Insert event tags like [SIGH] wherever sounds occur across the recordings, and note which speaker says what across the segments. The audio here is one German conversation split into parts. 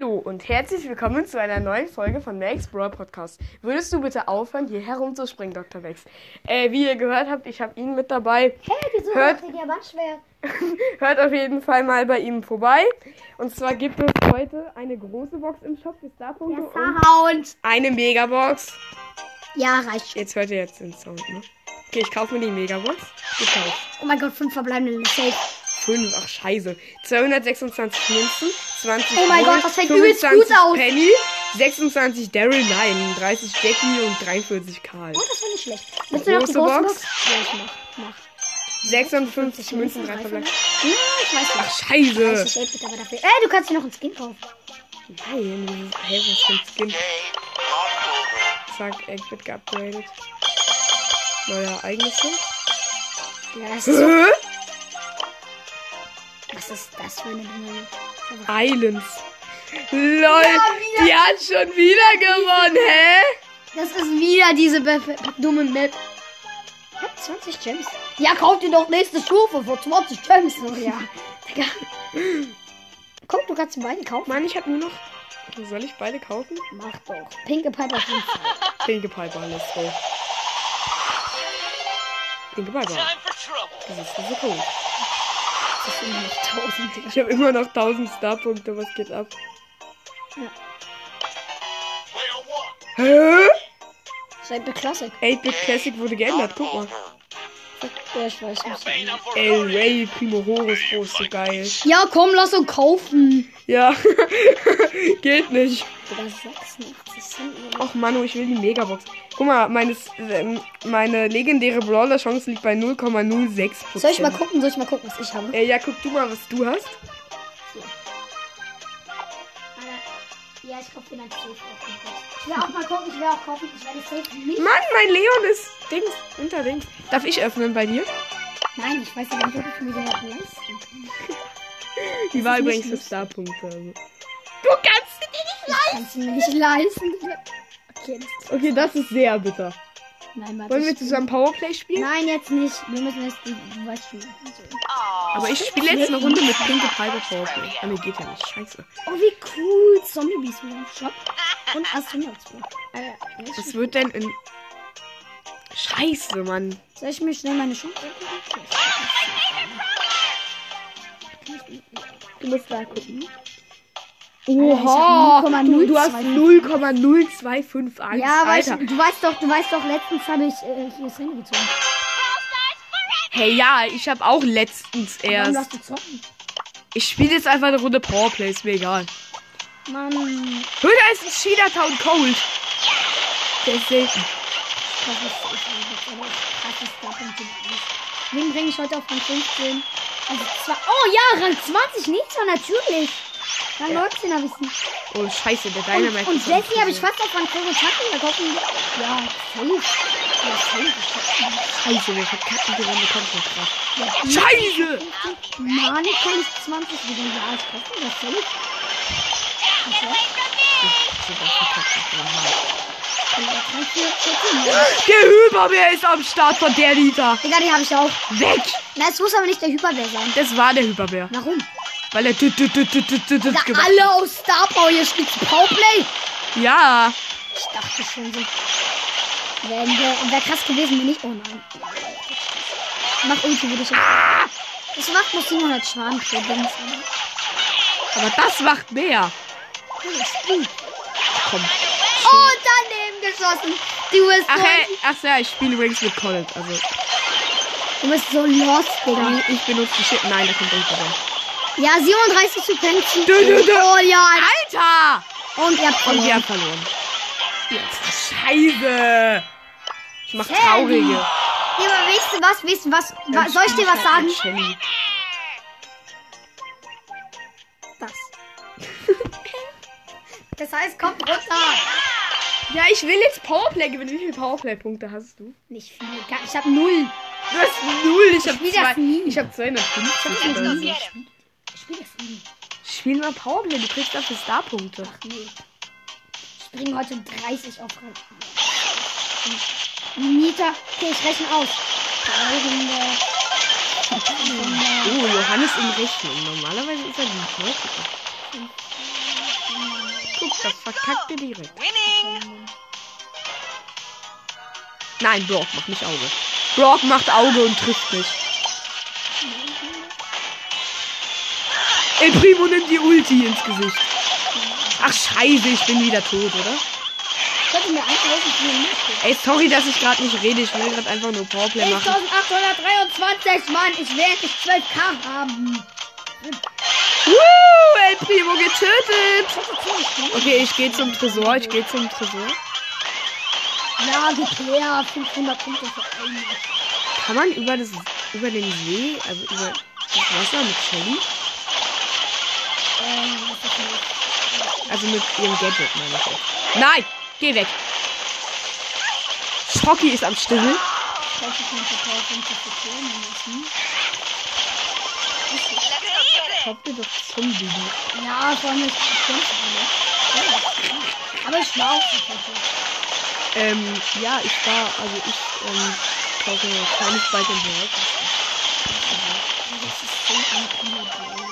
Speaker 1: Hallo und herzlich willkommen zu einer neuen Folge von Max Brawl Podcast. Würdest du bitte aufhören, hier herumzuspringen, Dr. Max? Äh, wie ihr gehört habt, ich habe ihn mit dabei.
Speaker 2: Hey, wieso
Speaker 1: Hört-
Speaker 2: macht ihr Diamantschwert?
Speaker 1: Hört auf jeden Fall mal bei ihm vorbei. Und zwar gibt es heute eine große Box im Shop für Starpunkte
Speaker 2: Oh.
Speaker 1: und
Speaker 2: Sound.
Speaker 1: eine Megabox.
Speaker 2: Ja, reicht schon.
Speaker 1: Jetzt hört ihr jetzt den Sound, ne? Okay, ich kaufe mir die Megabox. Ich kaufe.
Speaker 2: Oh mein Gott, fünf verbleibende Safe.
Speaker 1: 5, ach scheiße. 226 Münzen, 20
Speaker 2: Oh mein
Speaker 1: Gold,
Speaker 2: Gott, das sieht übelst gut
Speaker 1: 25
Speaker 2: aus.
Speaker 1: Penny, 26 Daryl, nein, 30 Jackie und 43 Karl.
Speaker 2: Oh, das finde ich schlecht. Willst du noch die
Speaker 1: Große
Speaker 2: große
Speaker 1: Box?
Speaker 2: Box? Ja, ich mach. mach.
Speaker 1: 56 Münzen, Äh. 3 Verbleib.
Speaker 2: Ja, Hm, ich weiß
Speaker 1: Ach
Speaker 2: nicht.
Speaker 1: scheiße.
Speaker 2: 30 Geld bitte aber dafür. Ey, du kannst dir noch einen Skin kaufen.
Speaker 1: Nein, dieses Ei, was für ein Skin. Zack, Egg wird geupgradet. Neue Ereignisse.
Speaker 2: Ja, das
Speaker 1: [LAUGHS]
Speaker 2: ist so.
Speaker 1: Hä?
Speaker 2: Was ist das für eine Nummer?
Speaker 1: Islands. LOL, die hat schon wieder gewonnen, hä?
Speaker 2: Das ist wieder diese be- dumme Map. Ich hab 20 Gems. Ja, kauf dir doch nächste Stufe für 20 Gems. Oh, ja. [LAUGHS] Digga. Guck, du kannst beide kaufen.
Speaker 1: Mann, ich hab nur noch. Soll ich beide kaufen?
Speaker 2: Mach doch. Pinke Piper 5.
Speaker 1: Pinke Piper, let's go. Pinke Piper,
Speaker 3: Time for trouble.
Speaker 1: das ist diese cool.
Speaker 2: Das sind halt noch 1000, Digga.
Speaker 1: Ich habe immer noch 1000 Starpunkte, was geht ab?
Speaker 3: We'll walk.
Speaker 1: Hä?
Speaker 2: Seid bei Classic.
Speaker 1: 8-Bit Classic wurde geändert, guck mal.
Speaker 2: Ja, ich weiß
Speaker 3: Bane
Speaker 2: nicht.
Speaker 3: of
Speaker 1: El
Speaker 3: Vergonia.
Speaker 1: Rey, Primo Horus, oh, ist so geil.
Speaker 2: Ja, komm, lass uns kaufen.
Speaker 1: Ja, [LAUGHS] geht nicht.
Speaker 2: Digga, 86 Cent. nur noch.
Speaker 1: Och Manu, ich will die Megabox. Guck mal, meine, ähm, meine legendäre Brawler-Chance liegt bei 0,06%.
Speaker 2: Soll ich mal gucken, soll ich mal gucken, was ich habe?
Speaker 1: Äh, ja, guck du mal, was du hast.
Speaker 2: Ja, ich kaufe den als Safe. Ich will auch mal gucken, ich will auch kaufen, ich werde Safe nicht.
Speaker 1: Mann, mein Leon ist Dings, unter Dings. Darf ich öffnen bei dir?
Speaker 2: Nein, ich weiß nicht, ob ich mir überhaupt leisten kann.
Speaker 1: Die
Speaker 2: Das
Speaker 1: war
Speaker 2: ist
Speaker 1: übrigens
Speaker 2: nicht
Speaker 1: für
Speaker 2: lustig.
Speaker 1: Starpunkte. Also. Du kannst
Speaker 2: Ich kann es mir nicht leisten. Okay, das
Speaker 1: Okay, das ist sehr bitter.
Speaker 2: Nein, warte.
Speaker 1: Wollen wir
Speaker 2: ich-
Speaker 1: zusammen Powerplay spielen?
Speaker 2: Nein, jetzt nicht. Wir müssen erst die Watch spielen. So.
Speaker 1: Aber ich spiele jetzt eine Runde mit Pinke Piper Powerplay. Ah, nee, geht ja nicht. Scheiße.
Speaker 2: Oh, wie cool. Zombies wieder im Shop. Und Äh, Astronautsbild. Alter, das ist-
Speaker 1: Was wird denn in... Scheiße, Mann.
Speaker 2: soll ich mir schnell meine Chance angucken?
Speaker 1: Du musst mal gucken.
Speaker 2: Äh, Oha,
Speaker 1: du, du hast 0,0251.
Speaker 2: Ja, weil ich,
Speaker 1: Alter.
Speaker 2: du weißt doch, du weißt doch, letztens habe ich äh, hier das Handy gezogen.
Speaker 1: Hey, ja, ich habe auch letztens
Speaker 2: Warum darfst
Speaker 1: erst...
Speaker 2: du zocken?
Speaker 1: Ich spiele jetzt einfach eine Runde Powerplay, ist mir egal.
Speaker 2: Mann,
Speaker 1: Hör, da ist ein Cheatertown Cold. Der ist selten.
Speaker 2: das ist ich weiß nicht, aber das ist doch ein Ding. Wen bringe ich heute auf Rang 15? Also zwei. Oh ja, Rang 20 nicht so natürlich. Rang 19 habe ich nicht.
Speaker 1: Oh, scheiße, der
Speaker 2: Und,
Speaker 1: Dynamite
Speaker 2: und
Speaker 1: ist
Speaker 2: Jesse habe
Speaker 1: auch
Speaker 2: ich fast auf Rang 25 getroffen. Ja, safe. Ja, safe. Ich hab-
Speaker 1: Scheiße, wir verkacken die Runde komplett krass.
Speaker 2: Ja,
Speaker 1: Scheiße!
Speaker 2: Mann, kann ich 20 wieder. Ja, ich hoffe, das safe. Okay. Und da kannst du jetzt gucken.
Speaker 1: Der Hyperbär ist am Start von der Liter.
Speaker 2: Digga, die habe ich auch.
Speaker 1: Weg!
Speaker 2: Na, es muss aber nicht der Hyperbär sein.
Speaker 1: Das war der Hyperbär.
Speaker 2: Warum?
Speaker 1: Weil er tüt tüt tüt tüt tüt tüt
Speaker 2: Da
Speaker 1: tüt gemacht hat.
Speaker 2: alle aus Star Power hier spielt Powerplay.
Speaker 1: Ja.
Speaker 2: Ich dachte schon so. Wäre wär, wär krass gewesen, wenn nicht. Oh nein. Mach Ulti, würde ich jetzt. Das macht nur 700 Schaden pro Dings.
Speaker 1: Aber das macht mehr.
Speaker 2: Oh, das stinkt.
Speaker 1: Komm.
Speaker 2: Oh, daneben geschossen. Du bist,
Speaker 1: Ach,
Speaker 2: so,
Speaker 1: hey, ach ja, ich spiele übrigens mit Colin. Also,
Speaker 2: du bist so lost, Digga.
Speaker 1: ich- ich benutze die Shit. Nein, da kommt der Hyperbär.
Speaker 2: Ja, 37 zu Penzen.
Speaker 1: Du, du, du.
Speaker 2: Oh ja.
Speaker 1: Alter!
Speaker 2: Und ihr habt
Speaker 1: Und wir
Speaker 2: verloren.
Speaker 1: haben verloren. Scheiße! Ich mach traurige.
Speaker 2: Ja, aber weißt du was? Weißt du was? Wa- Soll ich dir was sagen?
Speaker 1: sagen? [LAUGHS]
Speaker 2: Das. das heißt, kommt runter.
Speaker 1: Ja, ich will jetzt Powerplay gewinnen. Wie viele Powerplay-Punkte hast du?
Speaker 2: Nicht viel. gar- Ich hab null.
Speaker 1: Du hast null. Ich habe
Speaker 2: will das nie.
Speaker 1: zwei. Ich habe 250. oder so.
Speaker 2: Ich spiel das nie.
Speaker 1: Spiel mal Powerplay. Du kriegst dafür Starpunkte.
Speaker 2: Ach nee. Ich bringe heute 30 auf Rang. Nita. Okay, ich rechne aus. 300.
Speaker 1: Oh, Johannes in Rechnung. Normalerweise ist er nicht. Ne?
Speaker 2: 500.
Speaker 1: Das verkackt ihr direkt.
Speaker 4: Winning!
Speaker 1: Nein, Brock macht nicht Auge. Brock macht Auge und trifft nicht. El Primo nimmt die Ulti ins Gesicht. Ach scheiße, ich bin wieder tot, oder?
Speaker 2: Ich könnte mir 1800 machen.
Speaker 1: Ey, sorry, dass ich gerade nicht rede. Ich will gerade einfach nur Powerplay machen.
Speaker 2: 1823, Mann, ich werde nicht 12k haben.
Speaker 1: Woo, El Primo getötet. Okay, ich gehe zum Tresor. Ich gehe zum Tresor.
Speaker 2: Ja, geklärt. 500 Punkte für einen.
Speaker 1: Kann man über, das, über den See, also über das Wasser mit Shelly?
Speaker 2: Ähm, was ist das nicht?
Speaker 1: Also mit ihrem Gadget, meine ich. jetzt. Nein! Geh weg! Schocki ist am Stimmel.
Speaker 2: Ich weiß nicht, wie viel Punkte für Kronen müssen.
Speaker 4: Let's get it!
Speaker 1: Habt ihr doch Zombie.
Speaker 2: Ja, vor allem ist ne? es ganz gut, ne? Ja, Aber ich war auch nicht perfekt.
Speaker 1: Ähm, ja, ich war, also ich, ähm, kaufe keine Spike im Berg.
Speaker 2: Das ist so ein cooler Ball.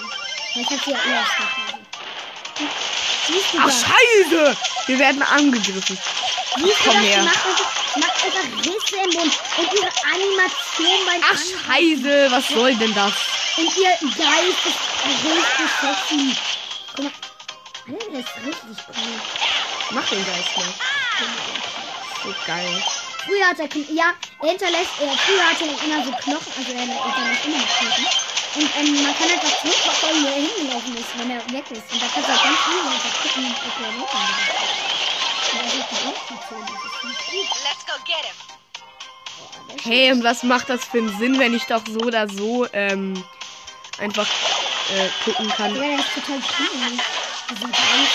Speaker 2: Vielleicht hat sie ja eher Stacheln. Siehst du
Speaker 1: Ach,
Speaker 2: das?
Speaker 1: scheiße! Wir werden angegriffen.
Speaker 2: Siehst du
Speaker 1: komm
Speaker 2: das?
Speaker 1: her.
Speaker 2: Die macht einfach, die macht einfach Risse im Mund. Und ihre Animation beim
Speaker 1: Ach,
Speaker 2: Angreifen.
Speaker 1: scheiße! Was soll denn das?
Speaker 2: Und ihr Geist ist richtig sexy. Guck mal. Alter, das ist richtig cool.
Speaker 1: Mach den Geist mal. So geil.
Speaker 2: Früher hat er, Kn- ja, er hinterlässt, äh, früher hatte er immer so Knochen, also er hinterlässt immer noch Knochen. Und ähm, man kann halt das Zurück verfolgen, wo er hingelaufen ist, wenn er weg ist. Und da kannst du auch ganz viel runter gucken, ob er weg ist. Und das ist die Hauptfunktion, das ist ganz gut.
Speaker 4: Let's go get him!
Speaker 1: Hey, und was macht das für einen Sinn, wenn ich doch so oder so, ähm, einfach, äh, gucken kann?
Speaker 2: Ja, das ist total cool. Das ist geil.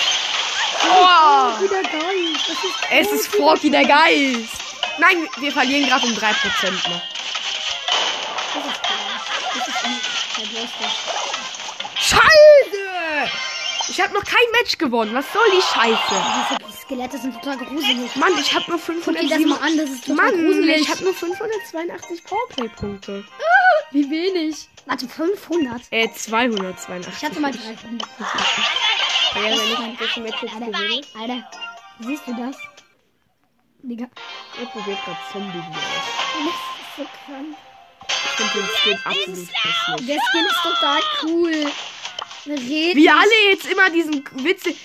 Speaker 1: Oh!
Speaker 2: Wieder geil. Das ist
Speaker 1: Es
Speaker 2: cool.
Speaker 1: ist Forky der Geist. Nein, wir verlieren gerade um 3% noch.
Speaker 2: Das ist geil. Das ist ein, der Bloß
Speaker 1: Scheiße! Ich habe noch kein Match gewonnen. Was soll die Scheiße?
Speaker 2: Diese Skelette sind total gruselig.
Speaker 1: Mann, ich habe nur
Speaker 2: Guck dir das
Speaker 1: 587.
Speaker 2: mal an, das ist total
Speaker 1: Mann,
Speaker 2: gruselig.
Speaker 1: ich habe nur 582 Powerplay-Punkte.
Speaker 2: Wie wenig? Warte, 500.
Speaker 1: Äh, 282.
Speaker 2: Ich hatte mal 300.
Speaker 1: Ja, wenn ich das Match jetzt
Speaker 2: Alter,
Speaker 1: gewinne.
Speaker 2: Alter, siehst du das? Digga,
Speaker 1: Ich probier grad Zombie wieder aus.
Speaker 2: das ist so krank.
Speaker 1: Ich finde den Skin absolut hässlich.
Speaker 2: Der Skin ist total cool. Wir reden.
Speaker 1: Wie alle jetzt immer diesen Witze,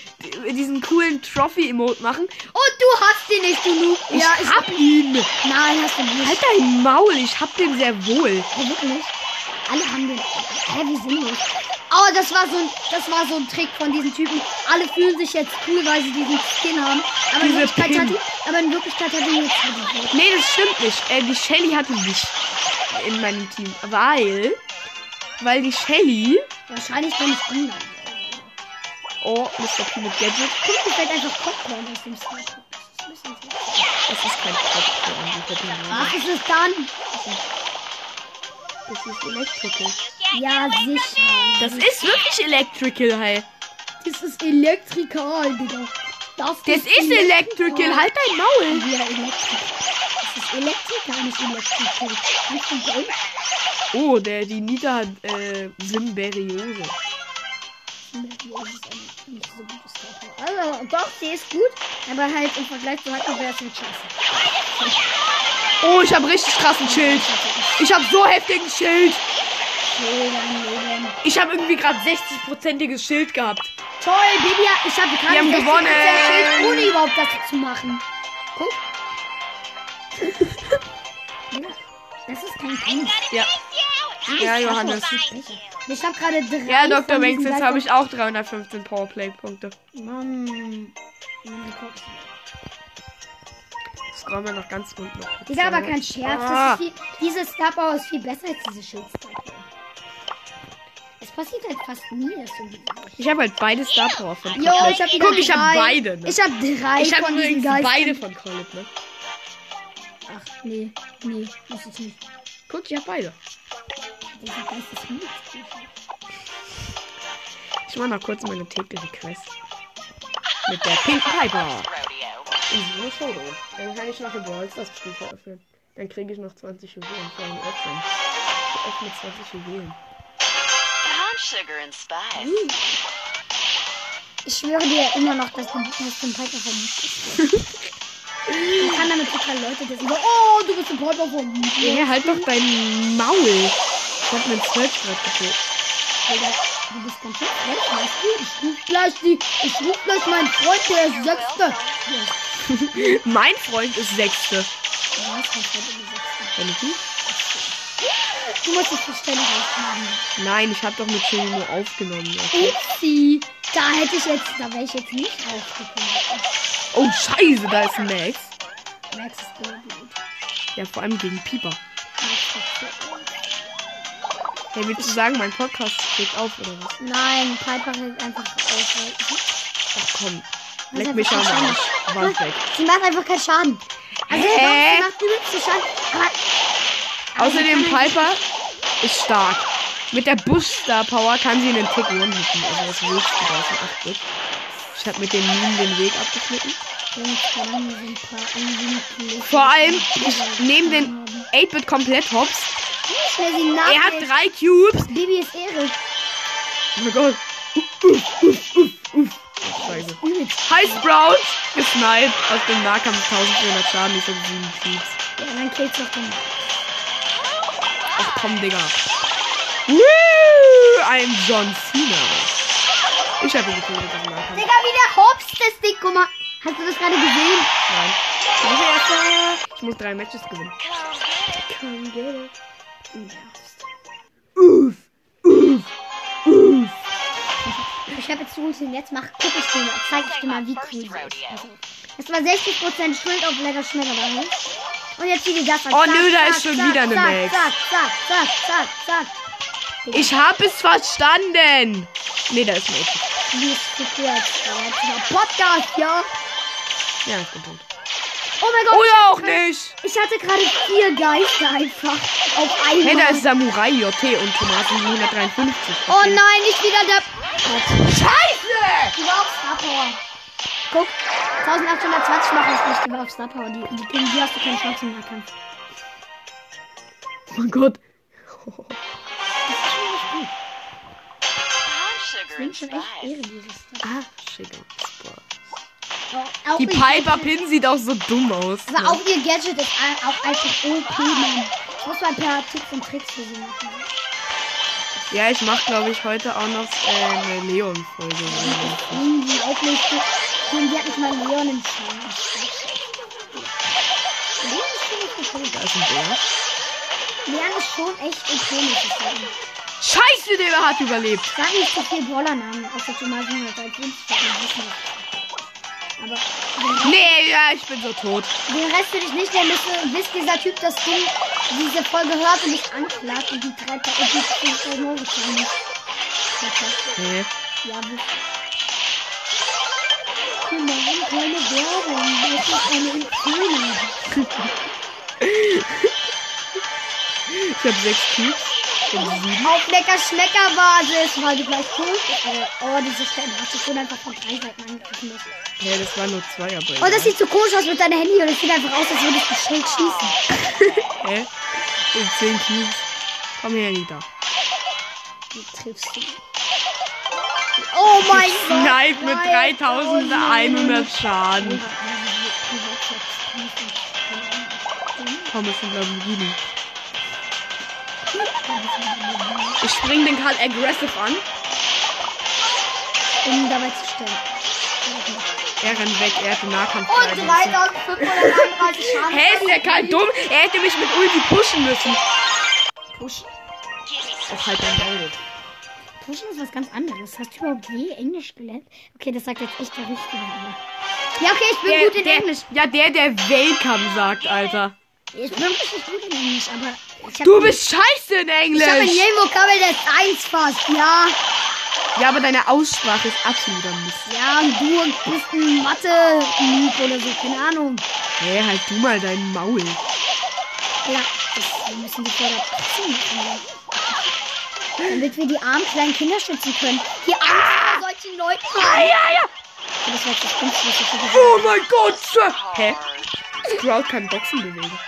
Speaker 1: diesen coolen Trophy-Emote machen.
Speaker 2: Und du hast ihn nicht, du Noob.
Speaker 1: Ich
Speaker 2: ja, ich
Speaker 1: hab ihn!
Speaker 2: Nein, hast du nicht.
Speaker 1: Halt dein Maul, ich hab den sehr wohl.
Speaker 2: Ja, Äh, wirklich. Alle haben den. Hä, wie sinnlos. Aber das war so ein, das war so ein Trick von diesen Typen. Alle fühlen sich jetzt cool, weil sie diesen Skin haben. Aber in
Speaker 1: Diese
Speaker 2: Wirklichkeit
Speaker 1: Pin.
Speaker 2: hat die, aber in Wirklichkeit hat die jetzt halt
Speaker 1: Nee, das stimmt nicht. Äh, die Shelly hatte mich in meinem Team. Weil. Weil die Shelly.
Speaker 2: Wahrscheinlich bin ich online.
Speaker 1: Oh, Mr. Peanut Gadget.
Speaker 2: Guck, mir fällt einfach Popcorn aus dem Skin. Das ist ein bisschen so.
Speaker 1: Das ist kein Popcorn.
Speaker 2: Ach, ist es dann?
Speaker 1: Das ist Electrical.
Speaker 2: Ja, sicher.
Speaker 1: Das ist wirklich Electrical, hey.
Speaker 2: Das ist elektrikal, Digga. Das,
Speaker 1: Das ist Electrical. Halt dein Maul.
Speaker 2: Ja, elektrikal. Das ist elektrikal, nicht elektrikal. Nicht so geil.
Speaker 1: Oh, der, die Nita hat äh, Symberiose.
Speaker 2: Also, doch, die ist gut, aber halt im Vergleich zu Hacko wäre es nicht scheiße.
Speaker 1: Oh, ich hab richtig krassen Schild. Ich hab so heftigen Schild.
Speaker 2: Okay, dann Leben.
Speaker 1: Ich hab irgendwie gerade 60-prozentiges Schild gehabt.
Speaker 2: Toll, Baby, ich habe gerade
Speaker 1: haben
Speaker 2: 60%
Speaker 1: gewonnen.
Speaker 2: Schild, ohne überhaupt das zu machen.
Speaker 1: [LAUGHS]
Speaker 2: Guck. ja, das ist kein Kampf.
Speaker 1: Ja. Ja, Johannes.
Speaker 2: Ich habe gerade drei.
Speaker 1: Ja, Dr.
Speaker 2: von
Speaker 1: Banks,
Speaker 2: diesen
Speaker 1: jetzt
Speaker 2: Seiten-
Speaker 1: habe ich auch 315 Powerplay-Punkte.
Speaker 2: Mann. Mann, guck.
Speaker 1: Scrollen wir noch ganz unten. noch.
Speaker 2: Ist aber kein Scherz.
Speaker 1: Ah.
Speaker 2: Das ist viel, diese Star Power ist viel besser als diese Schildstärke. Es passiert halt fast nie, dass du die
Speaker 1: Ich habe halt beide Star Power von
Speaker 2: Jo,
Speaker 1: Colin.
Speaker 2: ich hab wieder
Speaker 1: Guck, ich habe
Speaker 2: drei.
Speaker 1: beide. Ne?
Speaker 2: Ich habe drei
Speaker 1: Ich hab
Speaker 2: von diesen
Speaker 1: übrigens
Speaker 2: Geistern.
Speaker 1: beide von Colin. Ne?
Speaker 2: Ach, nee, nee, das ist nicht.
Speaker 1: Guck, ich habe beide.
Speaker 2: Dieser Geist ist nicht.
Speaker 1: Ich mache noch kurz meine Tape-Request. Mit der Pink Piper.
Speaker 4: Rodeo.
Speaker 1: In diesem Foto. Dann kann ich noch ein Brawl Stars Spiel veröffentlichen. Dann kriege ich noch 20 Juwelen vor allem öffnen. Ich öffne 20 Juwelen.
Speaker 4: Brown sugar and spice.
Speaker 2: Ich schwöre dir immer noch, dass du das zum Piper von nicht bist. Man kann damit total Leute dessen. Oh, du bist ein Piper von mir.
Speaker 1: Ja, halt doch dein Maul. Ich hab mein Zeug gerade gefehlt.
Speaker 2: Alter, du bist ganz schön frech, weißt du? Ich ruf gleich die. Ich ruf gleich meinen Freund, der ist Sechste. Ja,
Speaker 1: Mein Freund ist Sechste.
Speaker 2: ich weiß nicht, wer du Sechste.
Speaker 1: Wenn ich nicht-
Speaker 2: bist. Du musst dich zur Stelle rausmachen.
Speaker 1: Nein, ich hab doch mit Chili nur aufgenommen. Okay?
Speaker 2: Upsi. Da hätte ich jetzt. Da wäre ich jetzt nicht rausgekommen.
Speaker 1: Oh, scheiße, da ist ein Max.
Speaker 2: Max ist blöd.
Speaker 1: Ja, vor allem gegen Pieper.
Speaker 2: Max ist so blöd.
Speaker 1: Hey, willst du sagen, mein Podcast steht auf oder was?
Speaker 2: Nein, Piper ist einfach auf.
Speaker 1: Ach komm,
Speaker 2: Was
Speaker 1: leck
Speaker 2: hat
Speaker 1: mich
Speaker 2: das
Speaker 1: am
Speaker 2: denn?
Speaker 1: Arsch. Wand weg.
Speaker 2: Sie macht einfach keinen Schaden. Also, doch,
Speaker 1: Hä?
Speaker 2: sie macht übelst viel Schaden. Aber halt
Speaker 1: Außerdem, Piper ist stark. Mit der Bush-Star-Power kann sie einen Tick one-hitten. Also, was willst du da? Das ist ein 8-Bit. Ich hab mit dem Minen den Weg abgeschnitten. Vor allem, ich nehme den 8-Bit komplett hops.
Speaker 2: Schnell sie nach.
Speaker 1: Er hat drei Cubes.
Speaker 2: Baby ist Ehre.
Speaker 1: Oh mein Gott. Uff, uff, uff, uff, uff. Scheiße. Heiß Brown gesniped aus dem Nahkampf 1400 Schaden, ich hab 7 Cubes.
Speaker 2: Ja, dann killst du doch den.
Speaker 1: Ach komm, Digga. Woo! Ein John Cena. Ich habe ihn getötet aus dem Nahkampf.
Speaker 2: Digga, wie der hops das Ding. Guck mal. Hast du das gerade gesehen?
Speaker 1: Nein. Ich bin Erster. Ich muss drei Matches gewinnen.
Speaker 2: Come get it.
Speaker 1: Uff.
Speaker 2: Ich habe jetzt Tools und jetzt mach, guck ich dir mal, zeig ich dir mal, wie cool sie ist. Also, Es war 60% Schuld auf Lecker Schmecker bei mir. Und jetzt die das an.
Speaker 1: Oh, nö, da ist schon wieder eine
Speaker 2: zack,
Speaker 1: Max.
Speaker 2: Zack, zack, zack, zack, zack.
Speaker 1: Ich hab es verstanden. Nee, da ist ein Match.
Speaker 2: Wie ist die Tür jetzt? Da hat's noch Podcast, ja.
Speaker 1: Ja, ist ein Punkt.
Speaker 2: Oh mein Gott. ich
Speaker 1: Oder
Speaker 2: hatte
Speaker 1: auch
Speaker 2: gerade-
Speaker 1: nicht.
Speaker 2: Ich hatte gerade vier Geister einfach auf einmal.
Speaker 1: Hey, da ist Samurai JT und Tomaten 153.
Speaker 2: oh nein, nicht wieder der... Scheiße! Die war auf Star Power. Guck, 1820 machen es nicht, die war auf Star Power. Die, die, gegen die hast du keine Chance im Nahkampf.
Speaker 1: Oh mein Gott.
Speaker 2: Ich bin schon echt Ehre, dieses Star.
Speaker 1: Ah, schicker.
Speaker 2: Oh, auch
Speaker 1: Die
Speaker 2: ihr
Speaker 1: Piper
Speaker 2: Gadget-
Speaker 1: Pin sieht auch so dumm aus.
Speaker 2: Aber auch ihr Gadget ist ein- auch einfach OP, Mann. Ich muss mal ein paar Tipps und Tricks für sie machen.
Speaker 1: Ja, ich mach glaube ich heute auch noch äh, eine Leon-Folge.
Speaker 2: Mhm, die Auflöste. Und die hat nicht mal Leon im Schrank. Leon ist schon nicht so cool.
Speaker 1: Da ist ein Bär.
Speaker 2: Leon ist schon echt ikonisch. muss ich sagen.
Speaker 1: Scheiße, der hat überlebt.
Speaker 2: Sag nicht so viel Brawlernamen, außer zu mal sind wir bei Instagram wissen. wir. Aber den,
Speaker 1: Nee, ja, ich bin so tot.
Speaker 2: den Rest will ich nicht, der müsste, wisst dieser Typ, das Ding, diese Folge hört und mich anklagt und die drei und die fünf Euro kriegen.
Speaker 1: Hä?
Speaker 2: Ja, wirklich. Wir machen keine Werbung, das ist eine Empfehlung.
Speaker 1: Ich hab sechs Cubes.
Speaker 2: Auf lecker Schmecker-Basis, weil die gleich cool ist. Aber, oh, diese Stelle hast du schon einfach von drei Seiten angegriffen müssen.
Speaker 1: Hä, das waren nur zwei, aber.
Speaker 2: Oh, das sieht so komisch aus mit deinem Handy und es sieht einfach aus, als würde ich geschenkt schießen.
Speaker 1: Hä? In zehn Cubes. Komm her, Nita.
Speaker 2: Wie triffst du? Oh mein Gott! oh
Speaker 1: Snipe mit 3100 Schaden. Komm, es ist ein Lamborghini. Ich spring den Karl aggressive an.
Speaker 2: Um dabei zu stellen.
Speaker 1: Er rennt weg, er hat den Nahkampf.
Speaker 2: Und
Speaker 1: bleiben
Speaker 2: 3531 Schaden.
Speaker 1: müssen. Hä, ist der Karl dumm? Er hätte mich mit Ulti pushen müssen.
Speaker 2: Pushen?
Speaker 1: Auch halt dein Maul.
Speaker 2: Pushen ist was ganz anderes. Hast du überhaupt je Englisch gelernt? Okay, das sagt jetzt echt der Richtige. aber- Ja, okay, ich bin gut in
Speaker 1: der,
Speaker 2: Englisch.
Speaker 1: Ja, der, der Welcome sagt, Alter.
Speaker 2: Ich bin richtig gut in Englisch, aber ich hab-
Speaker 1: Du bist scheiße in Englisch.
Speaker 2: Ich habe in jedem Vokabel das Eins fast. Ja,
Speaker 1: ja, aber deine Aussprache ist absoluter Mist.
Speaker 2: ja, und du bist ein Mathe-Noob oder so, keine Ahnung.
Speaker 1: Hey, halt du mal dein Maul.
Speaker 2: Ja, das, wir müssen die Vorderpresse machen. ne? Damit wir die armen kleinen Kinder schützen können. Die Angst vor solchen Leuten haben.
Speaker 1: ja, ja.
Speaker 2: Und Das war jetzt das Dümmste, was ich je gesagt
Speaker 1: Oh mein Gott, Sir. Hä? Sprout kann Boxen bewegen.
Speaker 2: habe.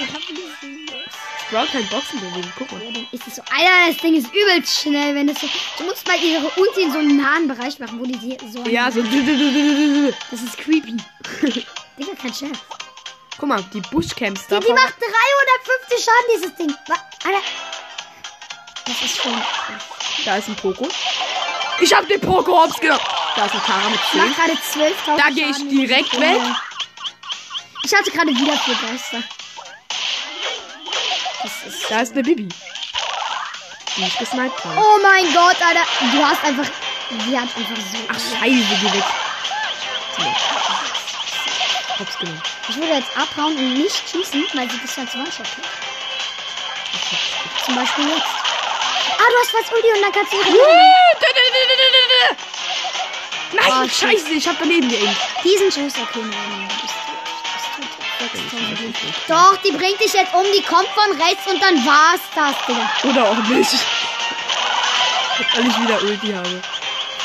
Speaker 2: Ich hab ein bisschen Lust.
Speaker 1: Sprout kann Boxen bewegen. Guck mal.
Speaker 2: Ja, dann ist es so. Alter, das Ding ist übelst schnell, wenn es so. Du musst mal ihre Ulti in so einen nahen Bereich machen, wo die die Oh so.
Speaker 1: Ja, so. du- du- du- du- du- du- du.
Speaker 2: Das ist creepy. Digga, kein Scherz.
Speaker 1: [LAUGHS] Guck mal, die Buschcamps da.
Speaker 2: Die, die macht 350 Schaden, dieses Ding. Wa- Alter. Das ist schon.
Speaker 1: Da ist ein Poco. Ich hab den Poco hops genommen. Da ist ein Tara mit
Speaker 2: Ich mach
Speaker 1: 10.
Speaker 2: gerade 12.000
Speaker 1: Da geh ich
Speaker 2: Schaden.
Speaker 1: direkt
Speaker 2: Ja.
Speaker 1: weg.
Speaker 2: Ich hatte gerade wieder vier Geister. Das ist.
Speaker 1: Da ist eine Bibi. Die ich gesniped habe.
Speaker 2: Oh mein Gott, Alter. Du hast einfach. Die hat einfach so.
Speaker 1: Ach, scheiße, geh weg. Nee. Hops genommen.
Speaker 2: Ich würde jetzt abhauen und nicht schießen, weil sie halt bis dann zu Mannschaft kommt. Zum Beispiel jetzt. Ah, du hast was Uli und dann kannst du ihre Ulti nehmen.
Speaker 1: Nein,
Speaker 2: Ah,
Speaker 1: scheiße, ich hab daneben geimpft.
Speaker 2: Diesen Schuss, okay, nein, nein, das tut- das tut- das tut- Doch, die bringt dich jetzt um, die kommt von rechts und dann war's das, Digga.
Speaker 1: Oder auch nicht. Weil ich wieder Ulti habe.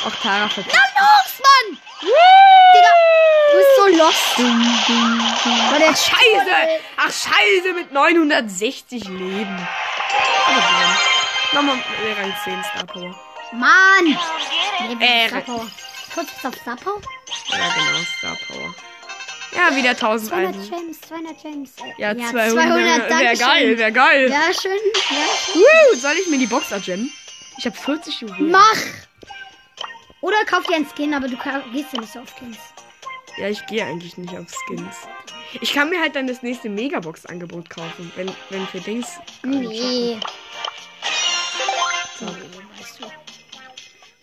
Speaker 1: Auch Tara verpasst.
Speaker 2: Dann Ah, los, Mann! Digga, du bist so lost. Weil der
Speaker 1: Scheiße! Ach, scheiße, mit 960 Leben. Aber dann. Nochmal äh, Rang 10 Star Power.
Speaker 2: Mann! Nee,
Speaker 1: Äh,
Speaker 2: Star Power. Kurz jetzt auf Star Power?
Speaker 1: Ja, genau, Star Power. Ja, wieder
Speaker 2: 200
Speaker 1: 1001.
Speaker 2: James, 200 James. äh,
Speaker 1: Ja, 200. Wär
Speaker 2: danke
Speaker 1: geil,
Speaker 2: schön.
Speaker 1: wär geil.
Speaker 2: Ja, schön. Ja, schön.
Speaker 1: Woo, soll ich mir die Box abgemmen? Ich hab 40 Juwelen.
Speaker 2: Mach! Oder kauf dir einen Skin, aber du ka- gehst ja nicht so auf Skins.
Speaker 1: Ja, ich gehe eigentlich nicht auf Skins. Ich kann mir halt dann das nächste Megabox-Angebot kaufen, wenn, wenn für Dings.
Speaker 2: Nee.
Speaker 1: So.
Speaker 2: Nee, weißt du.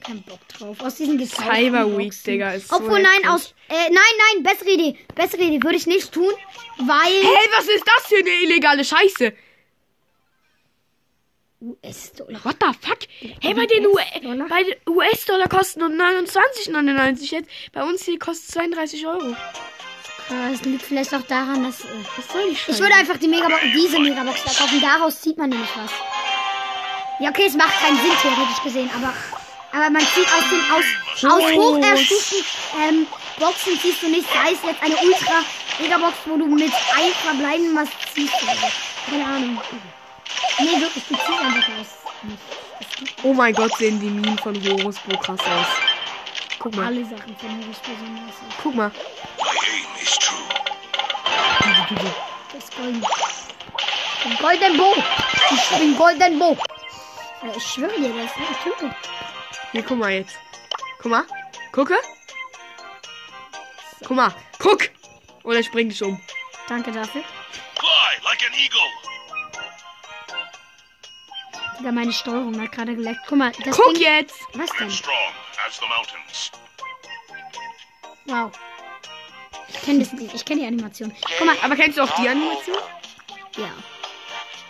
Speaker 2: Kein Bock drauf. Aus diesen gekauften
Speaker 1: Cyber Week,
Speaker 2: Boxen.
Speaker 1: Digga, ist so
Speaker 2: Obwohl, nein,
Speaker 1: heftig.
Speaker 2: aus. Äh, nein, nein, bessere Idee. Bessere Idee würde ich nicht tun, weil.
Speaker 1: Hey, was ist das für eine illegale Scheiße?
Speaker 2: US-Dollar.
Speaker 1: What the fuck? Hey, bei den
Speaker 2: US-Dollar?
Speaker 1: U- bei den US-Dollar kosten nur 29,99 jetzt. Bei uns hier kostet 32 Euro.
Speaker 2: Äh, Das liegt vielleicht auch daran, dass. Äh,
Speaker 1: Was soll die Scheiße?
Speaker 2: ich würde einfach die Megabox, diese Megabox da kaufen. Daraus zieht man nämlich was. Ja, okay, es macht keinen Sinn, theoretisch gesehen, aber. Aber man zieht aus den. Aus, aus
Speaker 1: Los.
Speaker 2: hocherstuften ähm, Boxen ziehst du nicht. Sei es jetzt eine Ultra-Megabox, wo du mit ein verbleiben was ziehst. Oder so. Keine Ahnung. Nee, wirklich, du ziehst einfach aus.
Speaker 1: oh mein Gott, sehen die Minen von Horusbo krass aus. Guck mal,
Speaker 2: Alle Sachen von mir besonders.
Speaker 1: guck mal.
Speaker 2: Das Gold. Den Golden Bo. Ich bin Golden Bo. Alter, Ich schwöre dir, das ist nicht tötet.
Speaker 1: Hier, guck mal jetzt. Guck mal. Gucke. Guck mal. Guck. Oder ich bring dich um.
Speaker 2: Danke dafür.
Speaker 3: Fly like an eagle.
Speaker 2: Digga, meine Steuerung hat gerade geleckt. Guck mal, das
Speaker 1: Guck
Speaker 2: Ding...
Speaker 1: jetzt.
Speaker 2: Was denn?
Speaker 3: Strong as the mountains.
Speaker 2: Wow. Ich kenne das nicht. Ich kenne die Animation. Guck mal,
Speaker 1: Aber kennst du auch die Animation?
Speaker 2: ja.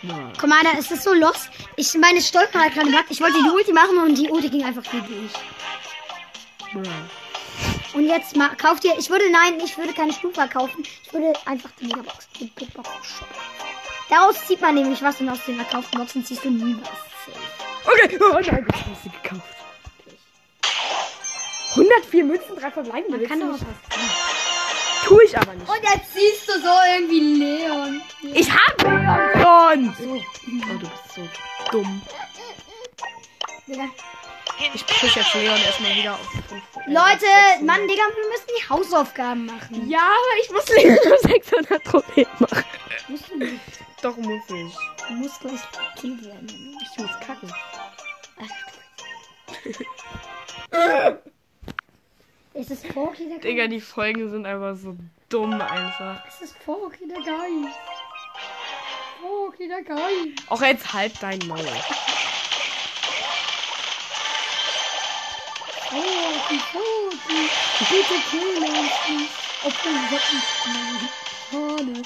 Speaker 1: Nein.
Speaker 2: Guck mal, da ist das so lost. Ich meine Stolper hat gerade gesagt, ich wollte die Ulti machen und die Ulti ging einfach gegen ich. Und jetzt ma- kauft ihr. Ich würde nein, ich würde keine Stufa kaufen. Ich würde einfach die Megabox, die Big Box shoppen. Daraus zieht man nämlich was und aus den verkauften Boxen ziehst du nie was. Safe.
Speaker 1: Okay. Oh nein, ich habe sie gekauft. 104 Münzen, drei verbleibende.
Speaker 2: Man
Speaker 1: Willst
Speaker 2: kann
Speaker 1: du
Speaker 2: doch
Speaker 1: nicht?
Speaker 2: was ziehen.
Speaker 1: Tue ich aber nicht.
Speaker 2: Und jetzt siehst du so irgendwie Leon.
Speaker 1: Ich hab Leon schon. Oh, du bist so dumm.
Speaker 2: Digga.
Speaker 1: Ich push jetzt Leon erstmal wieder auf.
Speaker 2: Leute, Mann, Digga, wir müssen die Hausaufgaben machen.
Speaker 1: Ja, aber ich muss Leon 600 Trophäen machen.
Speaker 2: Musst du nicht.
Speaker 1: Doch muss ich.
Speaker 2: Du musst gleich gekillt werden.
Speaker 1: Ich muss kacken.
Speaker 2: Es ist Porky der
Speaker 1: Digga, die Folgen sind einfach so dumm einfach.
Speaker 2: Es ist Porky der Geist. Porky der Geist.
Speaker 1: Auch jetzt halt dein Maul.
Speaker 2: Porky, Oh, Porky. Bitte kill uns nicht. Obwohl wir nicht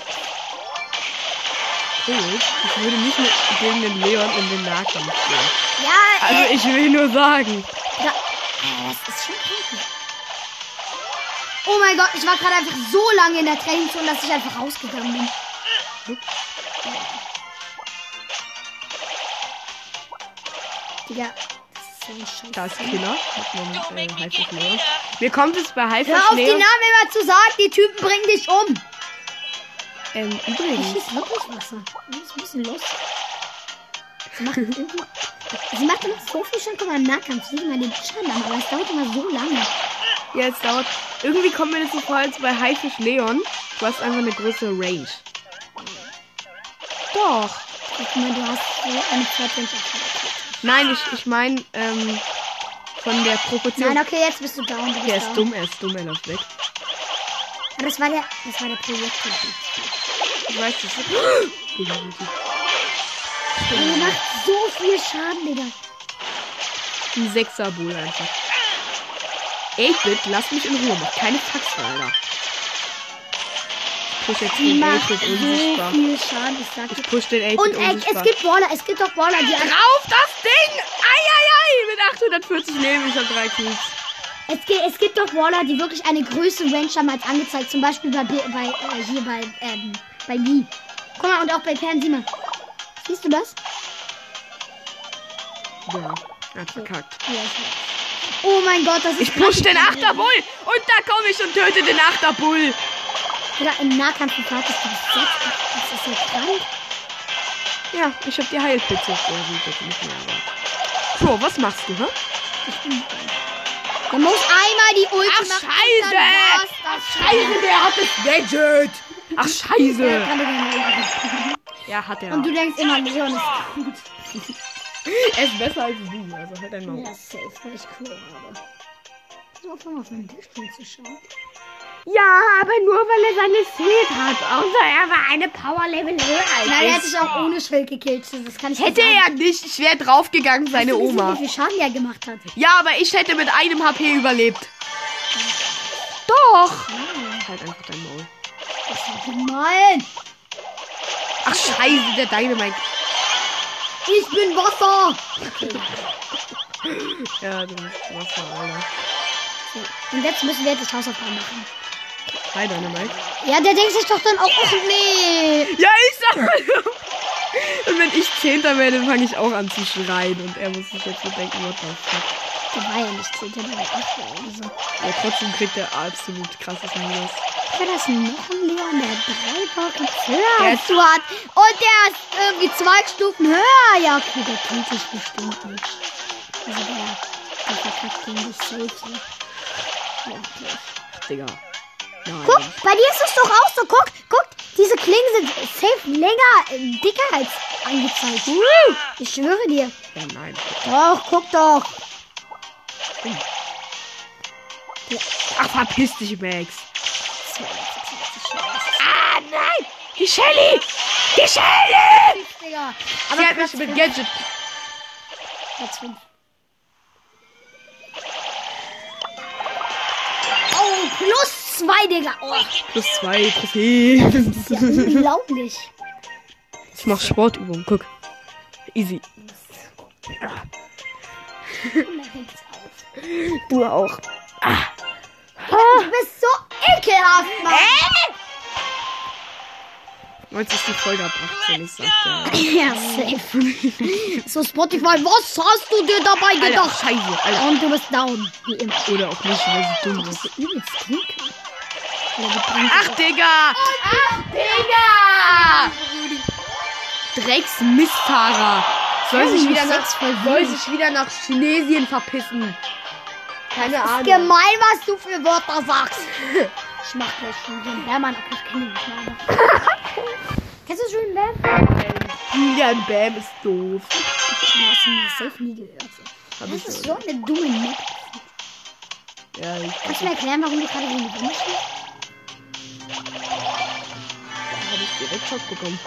Speaker 1: Cool. Ich würde nicht mit gegen den Leon in den Nahkampf gehen.
Speaker 2: Ja,
Speaker 1: Also ich will nur sagen.
Speaker 2: Da, äh, das ist schon creepy. Oh mein Gott, ich war gerade einfach so lange in der Trainingszone, dass ich einfach rausgegangen bin. Digga, das ist so ein Scheiß.
Speaker 1: Da ist Killer mit einem äh, Haifisch Leon. Mir kommt es bei
Speaker 2: Hör
Speaker 1: Haifisch
Speaker 2: auf, die Namen
Speaker 1: Leon.
Speaker 2: immer zu sagen, die Typen bringen dich um.
Speaker 1: Ähm,
Speaker 2: Ich
Speaker 1: übrigens.
Speaker 2: schieß lockeres Wasser. Das ist ein bisschen lustig. Sie [LAUGHS] macht, irgendwie, sie macht immer so viel Schaden beim Nahkampf. Sie sieht immer den Schaden an, aber es dauert immer so lange.
Speaker 1: Ja, es dauert. Irgendwie kommt mir das so vor, als bei Haifisch Leon. Du hast einfach eine größere Range. Doch.
Speaker 2: Ich meine, du hast so eine Fortschrittsattacke.
Speaker 1: Nein, ich, ich meine, ähm, von der Proportion.
Speaker 2: Nein, okay, jetzt bist du down. Du bist
Speaker 1: Der ist
Speaker 2: down.
Speaker 1: dumm, er ist dumm, er läuft weg.
Speaker 2: Aber das war der, das war der Projekttyp.
Speaker 1: Ich weiß das
Speaker 2: [GASPS]
Speaker 1: nicht.
Speaker 2: Er macht so viel Schaden, Digga.
Speaker 1: Ein sechser Bull einfach. 8-Bit, lass mich in Ruhe, mach keine Faxen, Alter. Ich push jetzt
Speaker 2: Sie
Speaker 1: den
Speaker 2: macht
Speaker 1: 8-Bit
Speaker 2: so
Speaker 1: unsichtbar.
Speaker 2: viel Schaden, ich sag dir.
Speaker 1: Ich push den 8-Bit
Speaker 2: Und ey,
Speaker 1: unsichtbar.
Speaker 2: es gibt Baller, es gibt doch Baller, die einfach-
Speaker 1: Rauf das Ding! Eieiei! Mit 840 Leben, ich hab drei Kills.
Speaker 2: Es gibt, es gibt doch Waller, die wirklich eine größere Range haben als angezeigt. Zum Beispiel bei, B- bei äh, hier bei, ähm, bei Lee. Guck mal, und auch bei Pern, sieh mal. Siehst du das?
Speaker 1: Ja, hat verkackt.
Speaker 2: Ja, ich weiß. Oh mein Gott, das ist...
Speaker 1: Ich push den
Speaker 2: krank.
Speaker 1: 8er Bull! Und da komme ich und töte den 8er Bull!
Speaker 2: Digga, im Nahkampf gefahren ist das Das ist ja krank.
Speaker 1: Ja, ich hab die Heilpilze. Ja, gut, das nicht mehr, aber... Pro, was machst du, hä?
Speaker 2: Der muss einmal die Ulti
Speaker 1: Ach,
Speaker 2: machen.
Speaker 1: Scheiße!
Speaker 2: dann war's Das Scheiße!
Speaker 1: der hat das Gadget! Ach, scheiße!
Speaker 2: Kann doch nicht mehr.
Speaker 1: Ja, hat er.
Speaker 2: Und du denkst immer, Leon ist gut.
Speaker 1: er ist besser als du, also halt dein Maul.
Speaker 2: Ja, safe, weil ich cool habe. So, auf einmal auf meinen Bildschirm zu schauen.
Speaker 4: Ja, aber nur weil er seine Schild hat. Außer er war eine Power Level höher als
Speaker 2: Nein, er
Speaker 4: ich.
Speaker 2: hat sich auch ohne Schild gekillt. Das kann ich
Speaker 1: Hätte
Speaker 2: nicht
Speaker 1: er nicht, ich wäre draufgegangen, seine
Speaker 2: Wissen Sie,
Speaker 1: Oma.
Speaker 2: Wie viel Schaden er gemacht hat.
Speaker 1: Ja, aber ich hätte mit einem HP überlebt. Doch! Halt einfach dein Maul.
Speaker 2: Das ist gemein.
Speaker 1: Ach, scheiße, der Dynamite.
Speaker 2: Ich bin Wasser.
Speaker 1: Ja, du hast Wasser, Alter.
Speaker 2: So, und jetzt müssen wir jetzt das Hausaufgaben machen.
Speaker 1: Hi, Dynamite.
Speaker 2: Ja, der denkt sich doch dann auch, ach nee.
Speaker 1: Ja, ich sag mal. Und wenn ich Zehnter werde, fange ich auch an zu schreien. Und er muss sich jetzt bedenken, was das ist.
Speaker 2: Der war ja nicht 10, der war ja 8 oder so.
Speaker 1: Ja, trotzdem kriegt er absolut krasses Minus.
Speaker 2: War das noch ein Leon, der drei Pokémons
Speaker 1: Der
Speaker 2: höher als
Speaker 1: ist-
Speaker 2: du hat? Und der ist irgendwie zwei Stufen höher. Ja, okay, der kennt dich bestimmt nicht. Also der, der verkackt den nicht safe. ne? Ja, okay.
Speaker 1: Digga. Nein.
Speaker 2: Guck, bei dir ist es doch auch so. Guck, guck, diese Klingen sind safe länger, äh, dicker als angezeigt. Ich schwöre dir.
Speaker 1: Ja, nein.
Speaker 2: Doch, guck doch.
Speaker 1: Ach, verpiss dich, Max. Ah, nein! Die Shelly! Die Shelly!
Speaker 2: Digga.
Speaker 1: Aber Sie hat mich mit Gadget.
Speaker 2: Platz fünf. Oh, plus zwei, Digga. Oh,
Speaker 1: Plus zwei Trophäen.
Speaker 2: ja, unglaublich.
Speaker 1: Ich mach Sportübungen, guck. Easy. Du auch.
Speaker 2: Du bist so ekelhaft, Mann.
Speaker 1: Jetzt ist die Folge ab 18, ich sag dir.
Speaker 2: [LAUGHS] Ja, safe. So, Spotify, was hast du dir dabei
Speaker 1: Alter,
Speaker 2: gedacht?
Speaker 1: scheiße, Alter.
Speaker 2: Und du bist down, wie immer.
Speaker 1: Oder auch nicht, weil sie dumm ist.
Speaker 2: Übelst krank.
Speaker 1: Ach, Digga! Ach, Digga! Drecks Mistfahrer. Soll sich wieder nach, soll sich wieder nach Chinesien verpissen. Keine Ahnung.
Speaker 2: Gemein, was du für Wörter sagst. [LAUGHS] Ich mach gleich schon den Bärmann, aber ich kenn ihn nicht mehr. [LAUGHS] Kennst du schon Bärmann?
Speaker 1: Julian Bam ist doof.
Speaker 2: Du hast ihn safe nie gehört.
Speaker 1: Hab
Speaker 2: Das ist
Speaker 1: ich
Speaker 2: so
Speaker 1: so.
Speaker 2: eine dumme Map.
Speaker 1: Ja, ich
Speaker 2: Kannst du mir erklären, warum du gerade gegen die Wand stehst?
Speaker 1: habe ich direkt Schock bekommen.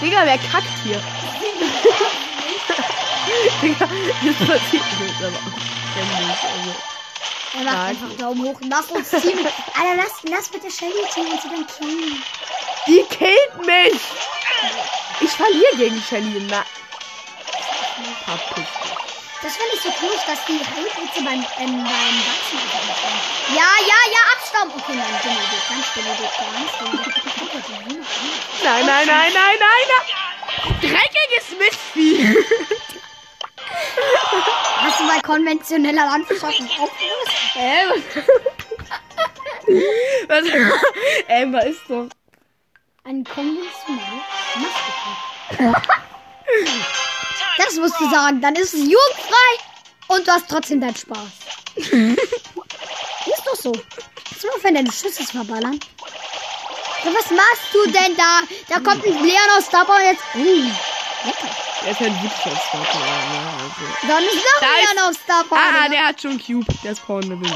Speaker 1: Digga, wer kackt [LAUGHS] hier? Digga, das passiert nicht, aber auch ständig. Also,
Speaker 2: Er macht
Speaker 1: Nein.
Speaker 2: einfach Daumen hoch und macht uns Team. [LAUGHS] Alter, lass, lass bitte Shelly Team und sie dann killen.
Speaker 1: die killt mich! Ich verliere gegen Shelly. Na. Verpiss dich.
Speaker 2: Das finde ich so komisch, dass die Heilpilze beim, ähm, beim Wachsen überleben. Ja, ja, ja, abstauben. Okay, nein, dumme Idee. Ganz dumme Idee. Ganz [LAUGHS] dumme Idee.
Speaker 1: Nein, nein, nein, nein, nein, nein! Dreckiges Mistvieh! [LAUGHS]
Speaker 2: Hast du bei konventioneller Landwirtschaft auch gewusst?
Speaker 1: Ähm. Was? Ähm, was ist doch?
Speaker 4: Ein konventionelle Maske.
Speaker 2: Das musst du sagen. Dann ist es jugendfrei und du hast trotzdem deinen Spaß. ist doch so. Kannst du mal aufhören, deine Schüsse zu verballern? Ja, was machst du denn da? Da kommt ein Leon aus Dapper und jetzt... Mm, lecker.
Speaker 1: Der ist halt wirklich als Stalker, ja, ne? Also.
Speaker 2: Dann ist noch
Speaker 1: Da
Speaker 2: ein
Speaker 1: ist-
Speaker 2: Leon aus Dapper.
Speaker 1: Ah, der hat schon Cube. Der spawnt Level 9.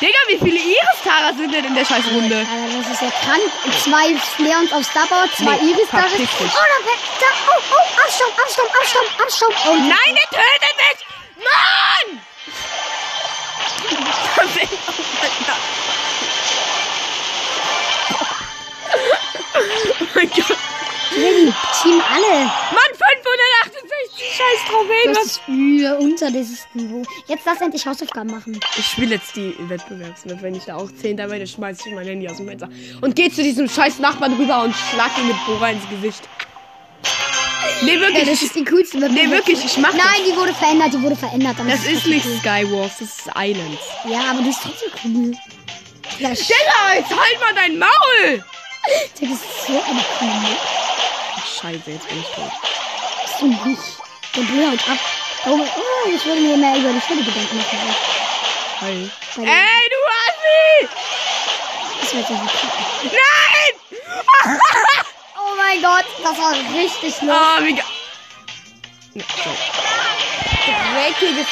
Speaker 1: Digga, wie viele Iris-Tara sind denn in der scheiß Runde?
Speaker 2: Alter, das ist ja krank. Zwei Leons auf Starpower, zwei
Speaker 1: Nee,
Speaker 2: Iris da. Oh, da
Speaker 1: verpiss dich.
Speaker 2: weg. Da. Oh, oh, Abschaum, Abschaum, Abschaum, Abschaum. Oh,
Speaker 1: Nein, er tötet mich! [LAUGHS] Mann! oh Oh mein Gott.
Speaker 2: Freddy, Team alle.
Speaker 1: Mann, 568 scheiß Trophäen.
Speaker 2: Das
Speaker 1: Was?
Speaker 2: ist über, unter dieses Niveau. Jetzt lass endlich Hausaufgaben machen.
Speaker 1: Ich spiele jetzt die Wettbewerbsmap. Wenn ich da auch 10 dabei, dann schmeiß ich mein Handy aus dem Fenster. Und geh zu diesem scheiß Nachbarn rüber und schlag ihn mit Bohrer ins Gesicht. Nee,
Speaker 2: Ja,
Speaker 1: wirklich.
Speaker 2: das ist die coolste Map.
Speaker 1: nee, wirklich, ich mach
Speaker 2: Nein, die wurde verändert, die wurde verändert. aber
Speaker 1: das. Das
Speaker 2: es
Speaker 1: ist
Speaker 2: trotzdem [LAUGHS]
Speaker 1: nicht Skywars, das ist Islands.
Speaker 2: Cool. Ja, aber die ist trotzdem cool. Ja, shit,
Speaker 1: Digga, jetzt halt mal dein Maul!
Speaker 2: das ist so eine coole Map.
Speaker 1: Scheiße, jetzt bin ich tot.
Speaker 2: Bist du nicht? Der Bruder haut ab. Oh, oh, ich würde mir mehr über die Schule Gedanken machen.
Speaker 1: Hi.
Speaker 2: Bei
Speaker 1: Ey,
Speaker 2: dem-
Speaker 1: du Assi!
Speaker 2: Das wird ja so cool.
Speaker 1: Nein!
Speaker 2: Oh mein Gott, das war richtig los.
Speaker 1: Oh, wie ge... Ja, so. Ah. Dreckiges...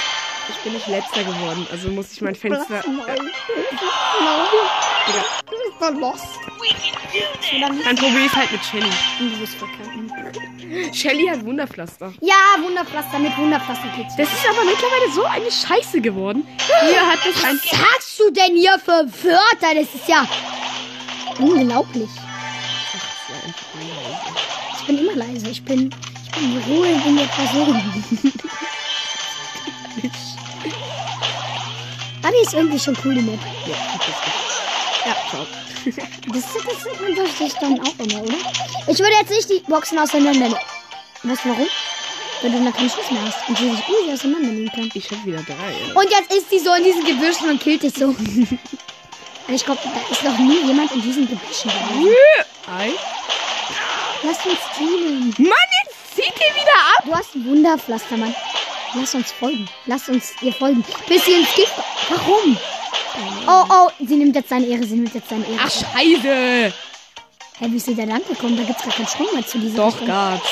Speaker 1: Ich bin nicht letzter geworden, also muss ich mein Fenster...
Speaker 2: Nein. Nein.
Speaker 1: Digga,
Speaker 2: Du bist doch los.
Speaker 1: Dann probier's halt mit Shelly.
Speaker 2: Du bist verkackt.
Speaker 1: Shelly hat Wunderpflaster.
Speaker 2: Ja, Wunderpflaster mit Wunderpflaster geht's.
Speaker 1: Das ist aber mittlerweile so eine Scheiße geworden. Hier hat das ein...
Speaker 2: Was hast du denn hier für Wörter? Das ist ja unglaublich.
Speaker 1: Ach, das war einfach nur leise.
Speaker 2: Ich bin immer leise. Ich bin, ich bin ruhig in der Person. Aber die ist irgendwie schon cool, die Map.
Speaker 1: Ja, ich hab's gemacht. Ja, ciao.
Speaker 2: Das, das sieht man doch sich dann auch immer, oder? Ich würde jetzt nicht die Boxen auseinandernehmen. Weißt du warum? Weil du dann keinen Schuss mehr hast und sie sich easy auseinandernehmen kann.
Speaker 1: Ich hab wieder drei. ey.
Speaker 2: Und jetzt ist sie so in diesen Gebüschen und killt dich so. [LAUGHS] Aber ich glaube, da ist noch nie jemand in diesen Gebüschen gewesen.
Speaker 1: Ei.
Speaker 2: Lass uns dienen.
Speaker 1: Mann, jetzt zieht ihr wieder ab!
Speaker 2: Du hast ein Wunderpflaster, Mann. Lass uns folgen. Lass uns ihr folgen. Bis sie ins Gift. Warum? Oh, oh, sie nimmt jetzt seine Ehre. Sie nimmt jetzt seine Ehre.
Speaker 1: Ach, scheiße!
Speaker 2: Hä, wie ist sie da lang gekommen? Da gibt's gar keinen Sprung mehr zu dieser
Speaker 1: Doch,
Speaker 2: Richtung.
Speaker 1: gab's.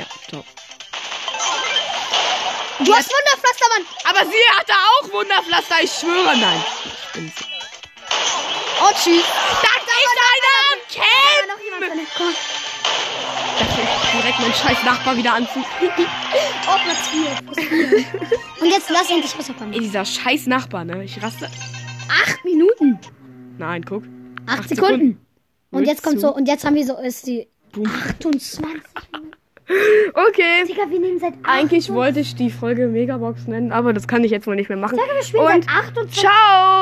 Speaker 1: Ja, top.
Speaker 2: Du hast Wunderpflaster, Mann.
Speaker 1: Aber sie hatte auch Wunderpflaster, ich schwöre, nein. Ich bin so.
Speaker 2: Oh, tschüss.
Speaker 1: Da ist einer
Speaker 2: Noch
Speaker 1: am
Speaker 2: jemand
Speaker 1: Camp!
Speaker 2: drin. Komm.
Speaker 1: Da fängt direkt mein scheiß Nachbar wieder an zu.
Speaker 2: Oh, Platz 4.
Speaker 1: [LAUGHS]
Speaker 2: Und jetzt lass endlich
Speaker 1: Ey,
Speaker 2: rauskommen.
Speaker 1: dieser scheiß Nachbar, ne? Ich raste.
Speaker 2: Acht Minuten.
Speaker 1: Nein, guck.
Speaker 2: Acht,
Speaker 1: Acht
Speaker 2: Sekunden.
Speaker 1: Sekunden.
Speaker 2: Und jetzt kommt
Speaker 1: Zu.
Speaker 2: so, und jetzt haben wir so, ist die
Speaker 1: Boom.
Speaker 2: 28.
Speaker 1: Okay.
Speaker 4: Digga, wir nehmen seit
Speaker 1: Eigentlich wollte ich die Folge Megabox nennen, aber das kann ich jetzt wohl nicht mehr machen.
Speaker 4: Wir spielen
Speaker 1: Und
Speaker 4: seit 28.
Speaker 1: ciao!